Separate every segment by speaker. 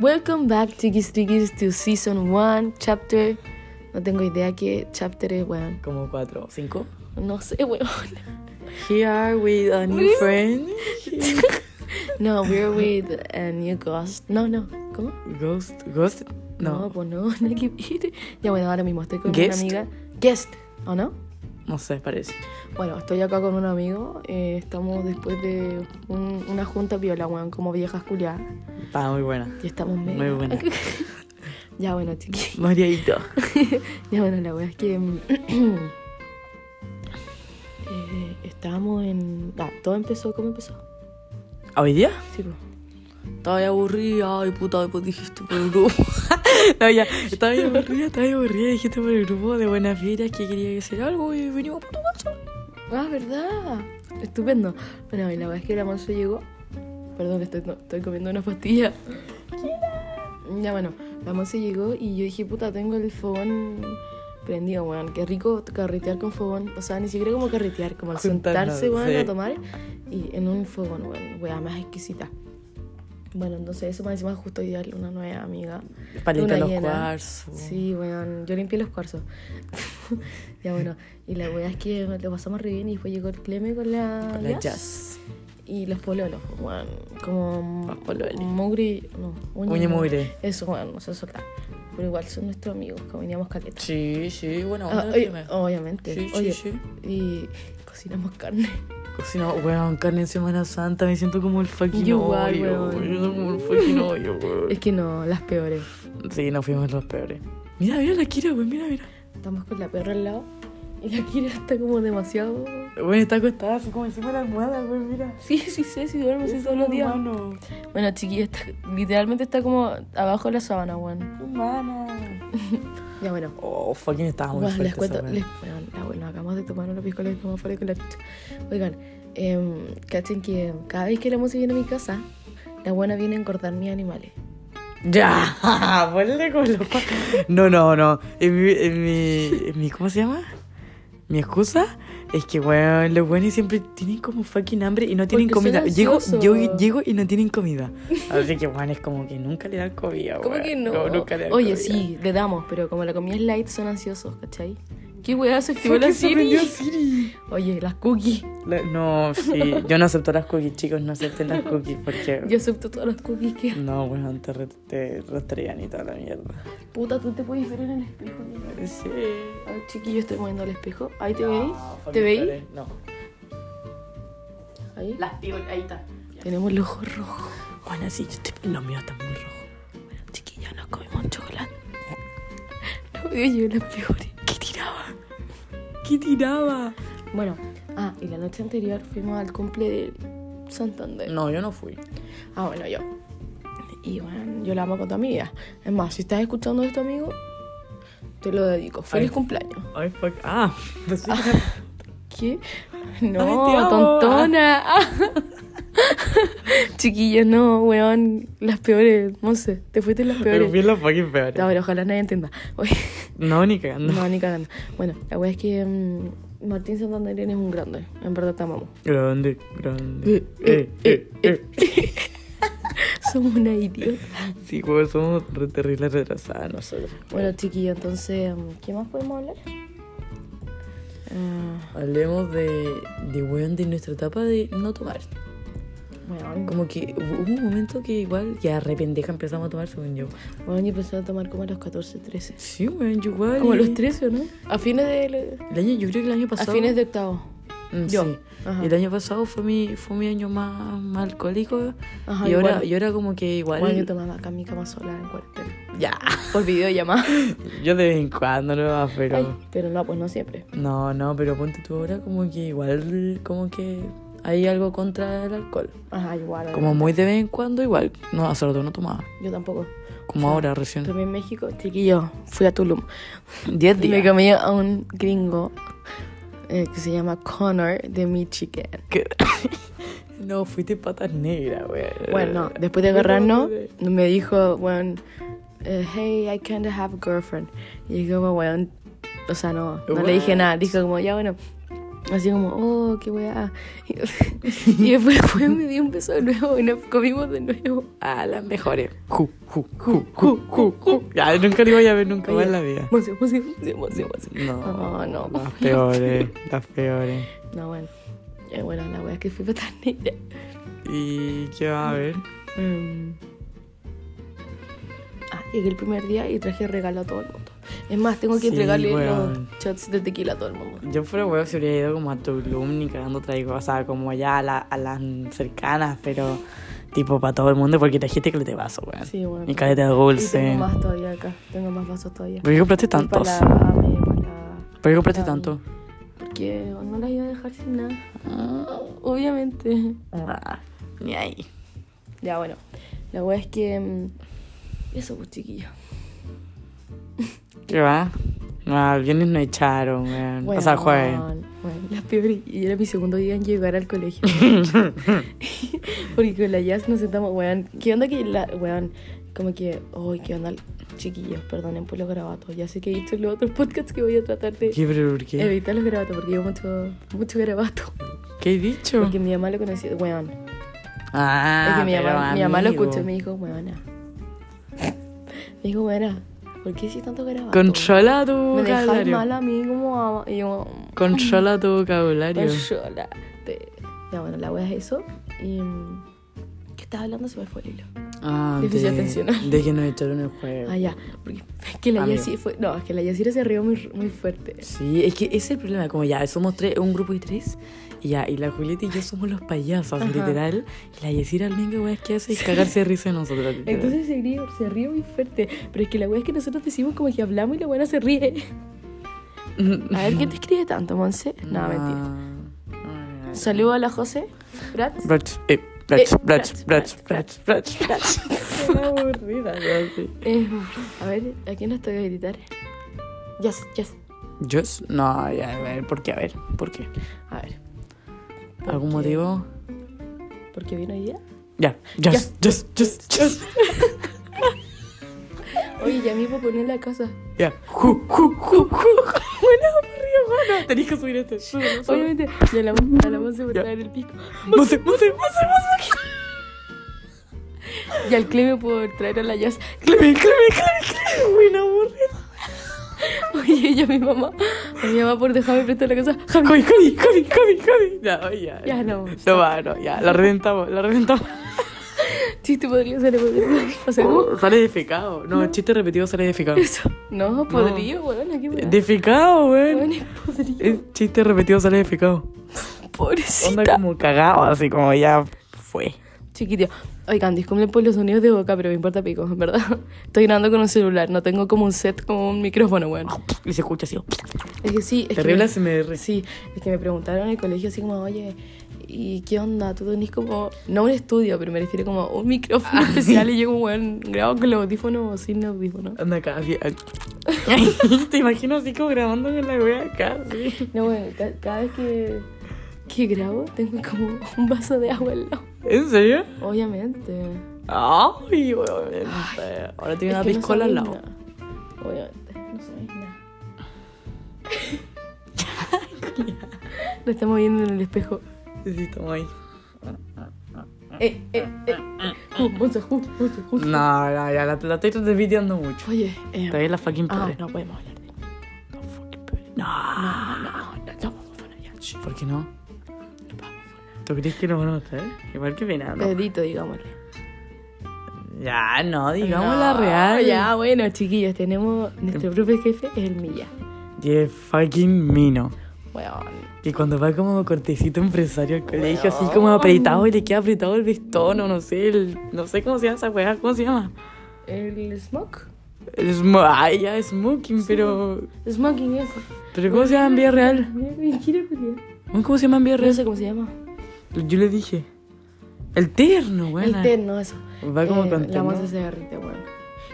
Speaker 1: Welcome back, chiquis triquis, to season 1, chapter. No tengo idea qué chapter es, weón.
Speaker 2: Como cuatro, cinco.
Speaker 1: No sé, weón.
Speaker 2: Here with a new
Speaker 1: Really?
Speaker 2: friend.
Speaker 1: No, we're with a new ghost. No, no. ¿Cómo?
Speaker 2: Ghost, ghost.
Speaker 1: No,
Speaker 2: No,
Speaker 1: pues no, nada que ver. Ya bueno, ahora mismo estoy con
Speaker 2: Guest.
Speaker 1: una amiga. Guest, ¿o no?
Speaker 2: no sé, parece.
Speaker 1: Bueno, estoy acá con un amigo. eh, estamos después de un- una junta viola, weón, como viejas culiadas.
Speaker 2: Está muy buena.
Speaker 1: Y estamos medio.
Speaker 2: Muy buena.
Speaker 1: ya bueno, chiqui.
Speaker 2: Mariadito.
Speaker 1: Ya bueno, la wea es que. mm, eh, estábamos en. Ah, todo empezó, ¿cómo empezó?
Speaker 2: ¿Hoy día?
Speaker 1: Sí, pues.
Speaker 2: Estaba aburrida, ay puta, después dijiste por el grupo. no, ya, estaba bien aburrida, estaba bien aburrida, dijiste por el grupo de buenas fieras que quería hacer algo y venimos por tu casa.
Speaker 1: Ah, verdad. Estupendo. Bueno, y la verdad es que la Monse llegó. Perdón, estoy, no, estoy comiendo una pastilla. Ya bueno, la Monse llegó y yo dije, puta, tengo el fogón prendido, weón. Qué rico carretear con fogón. O sea, ni siquiera como carretear, como al
Speaker 2: Juntarnos,
Speaker 1: sentarse, weón,
Speaker 2: sí.
Speaker 1: a tomar y en un fogón, weón. Weá, más exquisita. Bueno, entonces eso más encima justo hoy día una nueva amiga.
Speaker 2: Paleta
Speaker 1: Luna
Speaker 2: los
Speaker 1: llena.
Speaker 2: cuarzos.
Speaker 1: Sí, weón, yo limpié los cuarzos. ya bueno, y la weá es que lo pasamos re bien y después llegó el Cleme con la,
Speaker 2: Con la
Speaker 1: Jazz
Speaker 2: jazz.
Speaker 1: y los pololos, weón. Como
Speaker 2: Los pololes.
Speaker 1: mugre, no,
Speaker 2: Uña y mugre.
Speaker 1: Eso, weón, no se solta. Pero igual son nuestros amigos, veníamos caleta.
Speaker 2: Sí, sí, bueno,
Speaker 1: Ah, oye,
Speaker 2: oh,
Speaker 1: obviamente.
Speaker 2: Sí, sí,
Speaker 1: oye,
Speaker 2: sí.
Speaker 1: y cocinamos carne.
Speaker 2: Cocina, weón, carne en Semana Santa, me siento como el fucking
Speaker 1: Yo
Speaker 2: hoyo.
Speaker 1: igual,
Speaker 2: Yo
Speaker 1: weón.
Speaker 2: siento como el fucking hoyo, weón.
Speaker 1: Es que no, las peores.
Speaker 2: Sí, nos fuimos los peores. Mira, mira la Kira, weón, mira, mira.
Speaker 1: Estamos con la perra al lado y la Kira está como demasiado.
Speaker 2: Weón, está acostada así como encima de la almohada, weón, mira.
Speaker 1: Sí, sí, sí, sí, duermo así todos los días.
Speaker 2: Humano.
Speaker 1: Bueno, chiquillos, está- literalmente está como abajo de la sábana, weón.
Speaker 2: Humana.
Speaker 1: Ya bueno.
Speaker 2: Oh, fucking estaba muy
Speaker 1: Bueno,
Speaker 2: fuerte
Speaker 1: les
Speaker 2: esa
Speaker 1: cuento,
Speaker 2: weá.
Speaker 1: les, bueno, la- bueno, acabamos de tomar una piscola y estamos fuera con la chucha. Oigan, em, cachen que cada vez que la música viene a mi casa, la buena viene a engordar mis animales.
Speaker 2: Ya, ponle color. No, no, no. En mi, en mi, en mi- ¿Cómo se llama? Mi excusa es que, weón, los weones siempre tienen como fucking hambre y no tienen
Speaker 1: Porque son
Speaker 2: comida. Llego,
Speaker 1: ansiosos.
Speaker 2: llego, llego y no tienen comida. Así que, weón, es como que nunca le dan comida,
Speaker 1: ¿Cómo
Speaker 2: weón.
Speaker 1: que no?
Speaker 2: nunca le dan
Speaker 1: Oye,
Speaker 2: comida.
Speaker 1: sí, le damos, pero como la comida es light, son ansiosos, ¿cachai? ¿Qué weá se activó
Speaker 2: Fue
Speaker 1: la
Speaker 2: que se prendió
Speaker 1: Siri?
Speaker 2: Siri.
Speaker 1: Oye, las cookies.
Speaker 2: La- no, sí. Yo no acepto las cookies, chicos. No acepten las cookies porque.
Speaker 1: Yo acepto todas las cookies que...
Speaker 2: No, weón, te, re- te rastrean y toda la mierda.
Speaker 1: Puta, tú te puedes ver en el espejo. mira.
Speaker 2: Sí.
Speaker 1: A ver, chiquillo, estoy moviendo el espejo. Ahí te veis.
Speaker 2: No,
Speaker 1: ¿Te veis?
Speaker 2: Ah, familiares, No.
Speaker 1: Ahí.
Speaker 2: Las piolas, ahí está.
Speaker 1: Tenemos el ojo rojo.
Speaker 2: Bueno, sí, yo estoy... los míos están muy rojos.
Speaker 1: Chiquillos, nos comimos un chocolate. No me dio yo las peores.
Speaker 2: ¿Qué tiraba? ¿Qué tiraba?
Speaker 1: Bueno, ah, y la noche anterior fuimos al cumple de Santander.
Speaker 2: No, yo no fui.
Speaker 1: Ah, bueno, yo. Y bueno, yo la amo con toda mi vida. Es más, si estás escuchando esto, amigo, te lo dedico. Feliz
Speaker 2: Ay.
Speaker 1: cumpleaños.
Speaker 2: Ay, fuck. Ah, pensé que
Speaker 1: ¿Qué?
Speaker 2: Ay, te
Speaker 1: No,
Speaker 2: amo.
Speaker 1: tontona. Chiquillos, no, weón. Las peores, Monse. Te fuiste en las
Speaker 2: Pero
Speaker 1: peores.
Speaker 2: fui en los fucking peores.
Speaker 1: No, pero ojalá nadie entienda. Oye,
Speaker 2: No, ni cagando.
Speaker 1: no, ni cagando. Bueno, la wea es que mm, Martín Santander es un grande. En verdad te amamos.
Speaker 2: Grande,
Speaker 1: Eh,
Speaker 2: grande.
Speaker 1: eh,
Speaker 2: Eh, eh, eh.
Speaker 1: Somos una idiota.
Speaker 2: Sí, güey, somos re terribles retrasadas nosotros.
Speaker 1: Bueno, chiquillo, entonces, mm, ¿qué más podemos hablar? Ah,
Speaker 2: Hablemos de, de weón de nuestra etapa de no tomar.
Speaker 1: bueno,
Speaker 2: Como que hubo un momento que igual ya rependeja empezamos a tomar, según yo.
Speaker 1: bueno, yo empecé a tomar como a los 14, 13.
Speaker 2: Sí, weón, yo igual.
Speaker 1: Como a
Speaker 2: y-
Speaker 1: los 13, ¿o ¿no? A fines de,
Speaker 2: El año, yo creo que el año
Speaker 1: a
Speaker 2: pasado.
Speaker 1: fines de octavo.
Speaker 2: Mm,
Speaker 1: yo.
Speaker 2: sí.
Speaker 1: Ajá.
Speaker 2: El año pasado fue mi, fue mi año más, más alcohólico.
Speaker 1: Ajá,
Speaker 2: y, ahora,
Speaker 1: igual.
Speaker 2: y ahora como que igual.
Speaker 1: Bueno, yo tomaba acá en mi cama sola en cuarentena.
Speaker 2: Ya.
Speaker 1: Por videollamada.
Speaker 2: Yo de vez en cuando no, pero.
Speaker 1: Ay, pero no, pues no siempre.
Speaker 2: No, no, pero ponte tú ahora como que igual como que hay algo contra el alcohol.
Speaker 1: Ajá, igual.
Speaker 2: Como muy de vez en cuando igual. No, hace rato no tomaba.
Speaker 1: Yo tampoco.
Speaker 2: Como ahora recién.
Speaker 1: También en México, chiquillo, fui a Tulum.
Speaker 2: 10
Speaker 1: Y me
Speaker 2: días.
Speaker 1: comí a un gringo eh, que se llama Connor de Michigan.
Speaker 2: Que- no, fuiste patas negras, weón.
Speaker 1: Bueno, Eh, no, después de agarrarnos, me dijo, weón, eh, hey, I kinda have a girlfriend. Y yo como, weón, o sea, no, no le dije
Speaker 2: What?
Speaker 1: nada. Dijo como, ya bueno, Así como, oh, qué weá. Y, y después el weón me dio un beso de nuevo y nos comimos de nuevo.
Speaker 2: Ah, las mejores. Ju, ju, ju, ju, ju, ju. Ya, nunca lo voy a ver nunca más en la vida.
Speaker 1: Monse, Monse, Monse, Monse, Monse.
Speaker 2: No,
Speaker 1: No, no.
Speaker 2: Las peores, las peores.
Speaker 1: No, bueno. Ya, bueno, la weá es que fui para tan
Speaker 2: ¿Y qué va a
Speaker 1: Mm.
Speaker 2: haber?
Speaker 1: Em, Ah, llegué el primer día y traje regalo a todo el mundo. Es más, tengo que
Speaker 2: Sí,
Speaker 1: entregarle
Speaker 2: weón.
Speaker 1: los shots de tequila a todo el mundo.
Speaker 2: Yo fuera huevo se hubiera ido como a Tulum ni cagando traigo, o sea, como allá a, la- a las cercanas, pero tipo para todo el mundo porque trajiste caleta de vaso, weón.
Speaker 1: Sí, bueno.
Speaker 2: Ah, Y caleta de
Speaker 1: Y
Speaker 2: dulce.
Speaker 1: tengo más todavía acá. Tengo más vasos todavía.
Speaker 2: ¿Por qué compraste
Speaker 1: Y
Speaker 2: tantos?
Speaker 1: Para la AME, para la-
Speaker 2: ¿Por qué compraste
Speaker 1: para-
Speaker 2: tanto?
Speaker 1: Porque no las iba a dejar sin nada. Ah, Obviamente.
Speaker 2: Ah, ni ahí.
Speaker 1: Ya, bueno. La wea es que. mm, Eso, pues, chiquillo.
Speaker 2: ¿Qué va? Ah, el viernes no echaron, weón. o sea, jueves.
Speaker 1: Weón, weón, las peores. Y era mi segundo día en llegar al colegio. Porque con la jazz nos sentamos, weón. ¿Qué onda que la. Weón, como que. Ay, qué onda. Chiquillos, perdonen por los grabatos. Ya sé que he dicho en los otros podcasts que voy a tratar de
Speaker 2: ¿Qué, pero por qué?
Speaker 1: evitar los grabatos porque yo mucho, mucho grabato.
Speaker 2: ¿Qué he dicho?
Speaker 1: Porque mi mamá lo conocía, weón.
Speaker 2: Ah,
Speaker 1: es que mi
Speaker 2: pero
Speaker 1: mamá, mi mamá lo
Speaker 2: amigo.
Speaker 1: escuchó y me dijo, weona. Me dijo, weona, ¿por qué hiciste tanto grabato?
Speaker 2: Controla tu
Speaker 1: Me dejas
Speaker 2: vocabulario.
Speaker 1: mal a mí como a... Y yo,
Speaker 2: Controla tu vocabulario.
Speaker 1: Pues Controlate. Ya, bueno, la wea es eso. Y... mm, ¿Qué estás hablando? Se me fue el hilo.
Speaker 2: Ah,
Speaker 1: Déficit
Speaker 2: de-
Speaker 1: atencional.
Speaker 2: De que nos echaron el jueves.
Speaker 1: Ah, ya. Porque es que la
Speaker 2: Amigo.
Speaker 1: Yasira fue... No, es que la Yasira se rió muy, muy fuerte.
Speaker 2: Sí, es que ese es el problema, como ya somos tres, un grupo de tres, y ya, y la Julieta y yo somos los payasos, así,
Speaker 1: Ajá.
Speaker 2: literal, y la Yesira lo único weá que hace es cagarse de risa de nosotros. literal.
Speaker 1: Entonces se rió, se rió muy fuerte. Pero es que la wea es que nosotros decimos como que hablamos y la buena se ríe. A ver, ¿qué te escribe tanto, Monse? No, mentira.
Speaker 2: mentira.
Speaker 1: Saludo a la José. Bratz.
Speaker 2: Ah, Brach, eh, brach,
Speaker 1: Eh,
Speaker 2: brach,
Speaker 1: brach,
Speaker 2: brach,
Speaker 1: brach,
Speaker 2: brach, brach, brach. Qué aburrida, yo así.
Speaker 1: Eh, a ver, ¿a quién nos toca gritar? Yes, yes.
Speaker 2: Just, no, ya, a ver, ¿por qué? A ver, ¿por qué?
Speaker 1: A ver,
Speaker 2: ¿Algún
Speaker 1: qué?
Speaker 2: motivo?
Speaker 1: ¿por qué vino hoy día?
Speaker 2: Ya, just, just, just, just.
Speaker 1: Oye, ya me iba a poner la casa.
Speaker 2: Ya, ju, ju, ju, ju. Bueno, aburrido, bueno. Tenés que subir este. esto. súbelo, súbelo.
Speaker 1: Obviamente, ya la vamos, ya la vamos a
Speaker 2: Ya.
Speaker 1: botar el pico.
Speaker 2: Monse, Monse, Monse, Monse.
Speaker 1: Y al Cleme por traer a la jazz.
Speaker 2: Cleme, Cleme, Cleme, Cleme. Buena aburrida.
Speaker 1: Oye, ya mi mamá. A mi mamá por dejarme prestar la casa. Javi,
Speaker 2: Javi, Javi, Javi, Javi, Javi. Ya, oye, ya.
Speaker 1: Ya no.
Speaker 2: No va, no, ya. La reventamos, la reventamos.
Speaker 1: chiste podría ser podrido. O sea, ¿cómo?
Speaker 2: Oh, Sale defecado. No, chiste repetido sale defecado.
Speaker 1: Eso. No, podrido, weón. Aquí, weón.
Speaker 2: Defecado,
Speaker 1: Weón,
Speaker 2: weón.
Speaker 1: es podrido.
Speaker 2: El chiste repetido sale defecado. Onda
Speaker 1: Pobrecita.
Speaker 2: como cagado, así como ya fue.
Speaker 1: Chiquitio. Oigan, disculpen por los sonidos de boca, pero me importa pico, en verdad. Estoy grabando con un celular, no tengo como un set, como un micrófono, weón.
Speaker 2: Y se escucha así.
Speaker 1: Es que sí, es que
Speaker 2: Terrible
Speaker 1: me-
Speaker 2: ASMR.
Speaker 1: pues Sí, es que me preguntaron en el colegio así como, oye, ¿y qué onda? ¿Tú tenés como, no un estudio, pero me refiero como un micrófono
Speaker 2: Ah,
Speaker 1: especial y yo como, weón, grabo con los audífonos o sin audífonos?
Speaker 2: Anda acá, así. Te imagino así como grabando con la wea acá, sí.
Speaker 1: No, weón, ca- cada vez que, que grabo tengo como un vaso de agua al lado.
Speaker 2: ¿En serio?
Speaker 1: Obviamente.
Speaker 2: Ay, obviamente. Ahora tiene una
Speaker 1: Es que no
Speaker 2: piscola al
Speaker 1: sabéis
Speaker 2: lado.
Speaker 1: nada. Obviamente, no sabéis nada. Lo estamos viendo en el espejo.
Speaker 2: Sí, toma ahí.
Speaker 1: Eh, eh, eh.
Speaker 2: Mm,
Speaker 1: Ju, Monza, ju, Monza, ju.
Speaker 2: No, no, ya la, la estoy desviando mucho.
Speaker 1: Oye, eh,
Speaker 2: Te ves la fucking
Speaker 1: Ah,
Speaker 2: peor.
Speaker 1: no podemos hablar de no,
Speaker 2: No.
Speaker 1: no, no, vamos a ya.
Speaker 2: Shh, ¿Por qué no? ¿Tú crees que nos van a matar? Igual que pena, ¿no?
Speaker 1: Pedrito, digámosle.
Speaker 2: Ya, no, digamos
Speaker 1: No,
Speaker 2: la real. Em.
Speaker 1: Ya, bueno, chiquillos, tenemos nuestro propio jefe, es el Milla.
Speaker 2: Y es fucking mino.
Speaker 1: Bueno,
Speaker 2: Que cuando va como cortecito empresario al colegio, así como apretado y le queda apretado el vestón o no sé, el, no sé cómo se llama esa weá, ¿cómo se llama?
Speaker 1: el smoke.
Speaker 2: El sm ay, ya, smoking, pero.
Speaker 1: Smoking, eso.
Speaker 2: ¿Pero cómo se llama en vida real?
Speaker 1: Mira, mira, mira, mira.
Speaker 2: ¿Cómo se llama en vida
Speaker 1: No
Speaker 2: real?
Speaker 1: sé cómo se llama.
Speaker 2: Yo le dije. El terno, weón.
Speaker 1: El terno, eso.
Speaker 2: Va como
Speaker 1: Eh,
Speaker 2: con
Speaker 1: La
Speaker 2: terno.
Speaker 1: masa se derrite, bueno.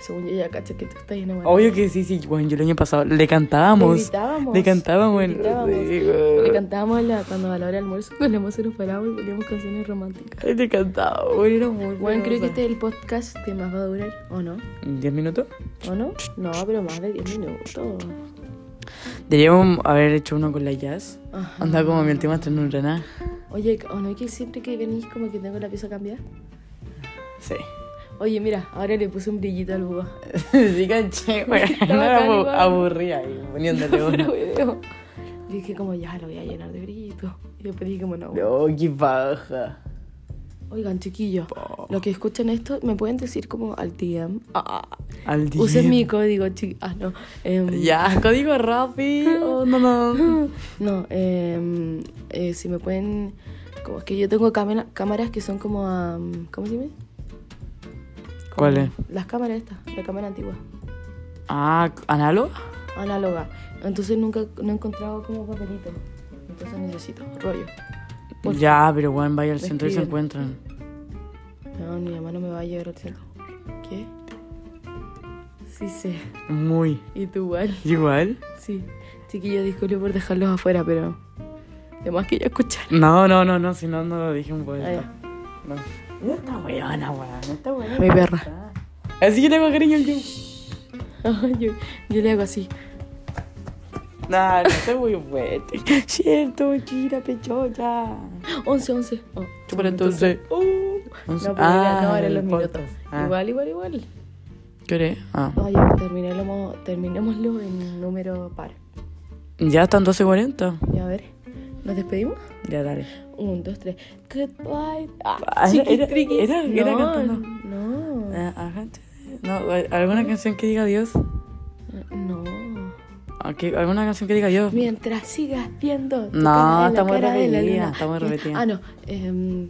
Speaker 1: Según yo ya caché que tú estás llena, bueno.
Speaker 2: Obvio que sí, sí, weón. Yo el año pasado le cantábamos.
Speaker 1: Le gritábamos.
Speaker 2: Le cantábamos.
Speaker 1: Le gritábamos.
Speaker 2: Sí, weón.
Speaker 1: Le cantábamos la, cuando a la hora del almuerzo, con la masa nos parábamos y poníamos canciones románticas.
Speaker 2: Ay, Le cantábamos, weón. Era muy
Speaker 1: Bueno, creo que
Speaker 2: buena,
Speaker 1: este es el podcast que más va a durar, ¿o no?
Speaker 2: o sea. ¿Diez minutos?
Speaker 1: ¿O no? No, pero más de 10 minutos.
Speaker 2: Deberíamos haber hecho uno con la jazz.
Speaker 1: Ajá.
Speaker 2: Anda como mi última estreno en Rená.
Speaker 1: Ah. Oye, ¿o no es que siempre que venís como que tengo la pieza cambiada?
Speaker 2: Sí.
Speaker 1: Oye, mira, ahora le puse un brillito al búho.
Speaker 2: sí, canché, güey.
Speaker 1: Está
Speaker 2: No era
Speaker 1: bacán
Speaker 2: abu-
Speaker 1: igual.
Speaker 2: aburrida ahí, poniéndole uno.
Speaker 1: video. Y dije como, ya, lo voy a llenar de brillito. Y después dije como, no.
Speaker 2: No, qué baja.
Speaker 1: Oigan, chiquillos,
Speaker 2: Oh.
Speaker 1: los que escuchan esto, ¿me pueden decir como al DM? Ah, ah.
Speaker 2: Al día.
Speaker 1: usen mi código, chiquillos. Ah, no. Em,
Speaker 2: Ya, código Rappi. Oh, no, no.
Speaker 1: No, em, eh, si me pueden... Como es que yo tengo cámara- cámaras que son como a... mm, ¿Cómo se llama? Como
Speaker 2: ¿Cuáles?
Speaker 1: Las cámaras estas, la cámara antigua.
Speaker 2: Ah, ¿análogo?
Speaker 1: análoga. Entonces nunca no he encontrado como papelito. Entonces necesito rollo. Por
Speaker 2: Ya, pero bueno, vaya al
Speaker 1: Me
Speaker 2: centro y se
Speaker 1: escriben.
Speaker 2: encuentran.
Speaker 1: No, mi mamá no me va a llevar al centro. ¿Qué? Sí sé.
Speaker 2: Muy.
Speaker 1: Y tú igual.
Speaker 2: ¿Igual?
Speaker 1: Sí. Chiquillo, disculpe por dejarlos afuera, pero... Además que ya escucharon.
Speaker 2: No, no, no, no, si no, no lo dije un poquito.
Speaker 1: Ah,
Speaker 2: No. No está weona, weón. No está weona.
Speaker 1: Mi perra.
Speaker 2: Así que le hago cariño al yo.
Speaker 1: yo, yo le hago así.
Speaker 2: No, no está muy fuerte. Cierto, chira, pechocha.
Speaker 1: 11, 11. Oh,
Speaker 2: Pero entonces.
Speaker 1: Uh,
Speaker 2: Once-
Speaker 1: no, pero era- no,
Speaker 2: Ah,
Speaker 1: eran los
Speaker 2: el
Speaker 1: minutos.
Speaker 2: podcast. Ah.
Speaker 1: Igual, igual, igual.
Speaker 2: ¿Qué hora es? Ah.
Speaker 1: Oye, terminémoslo, terminémoslo en número par.
Speaker 2: Ya están 12.40.
Speaker 1: Ya a ver, ¿nos despedimos?
Speaker 2: Ya, dale.
Speaker 1: Un, dos, tres. Goodbye.
Speaker 2: Ah,
Speaker 1: Ah,
Speaker 2: era-
Speaker 1: chiqui
Speaker 2: era-
Speaker 1: triqui.
Speaker 2: era- era
Speaker 1: no,
Speaker 2: cantando.
Speaker 1: No.
Speaker 2: Ah, ajá. No, ¿alguna canción que diga adiós?
Speaker 1: No.
Speaker 2: Ah, ¿qué- ¿Alguna canción que diga adiós?
Speaker 1: Mientras sigas viendo. tu
Speaker 2: No,
Speaker 1: cara en la
Speaker 2: está muy
Speaker 1: cara de la
Speaker 2: repetida,
Speaker 1: luna.
Speaker 2: está muy repetida.
Speaker 1: Ah, no. em,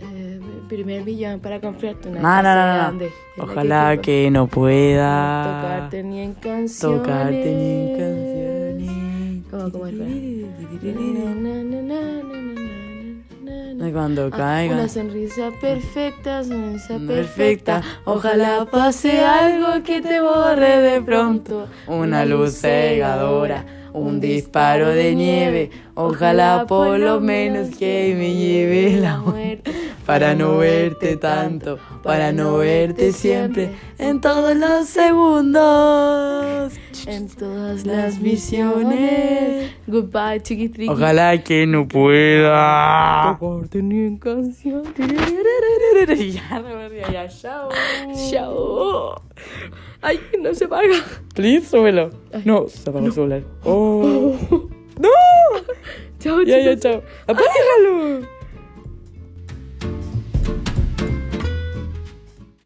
Speaker 1: eh, primer millón para comprarte una.
Speaker 2: No, no,
Speaker 1: casa
Speaker 2: no, no,
Speaker 1: grande
Speaker 2: no.
Speaker 1: en la
Speaker 2: Ojalá
Speaker 1: quepa
Speaker 2: que no pueda
Speaker 1: Tocarte ni en canciones.
Speaker 2: tocarte ni en canciones.
Speaker 1: ¿Cómo, cómo es, Na, na, na, na, na, na, na, na, na.
Speaker 2: Y cuando
Speaker 1: Ah,
Speaker 2: caiga.
Speaker 1: Una sonrisa perfecta, sonrisa
Speaker 2: Perfecta.
Speaker 1: perfecta. Ojalá pase algo que te borre de pronto.
Speaker 2: Una luz cegadora, un disparo de nieve. Ojalá por lo menos que me lleve la muerte. Para no verte tanto, para no verte siempre, en todos los segundos.
Speaker 1: En todas las visiones. Goodbye, chiquitriqui.
Speaker 2: Ojalá que no pueda.
Speaker 1: Tocarte ni en canción.
Speaker 2: Ya, no, ya, ya, chao.
Speaker 1: Chao. Ay, no se paga.
Speaker 2: Please, súbelo. No, se apagó el celular. Oh.
Speaker 1: Chao,
Speaker 2: Ya, ya,
Speaker 1: chicos.
Speaker 2: chao. Apágalo.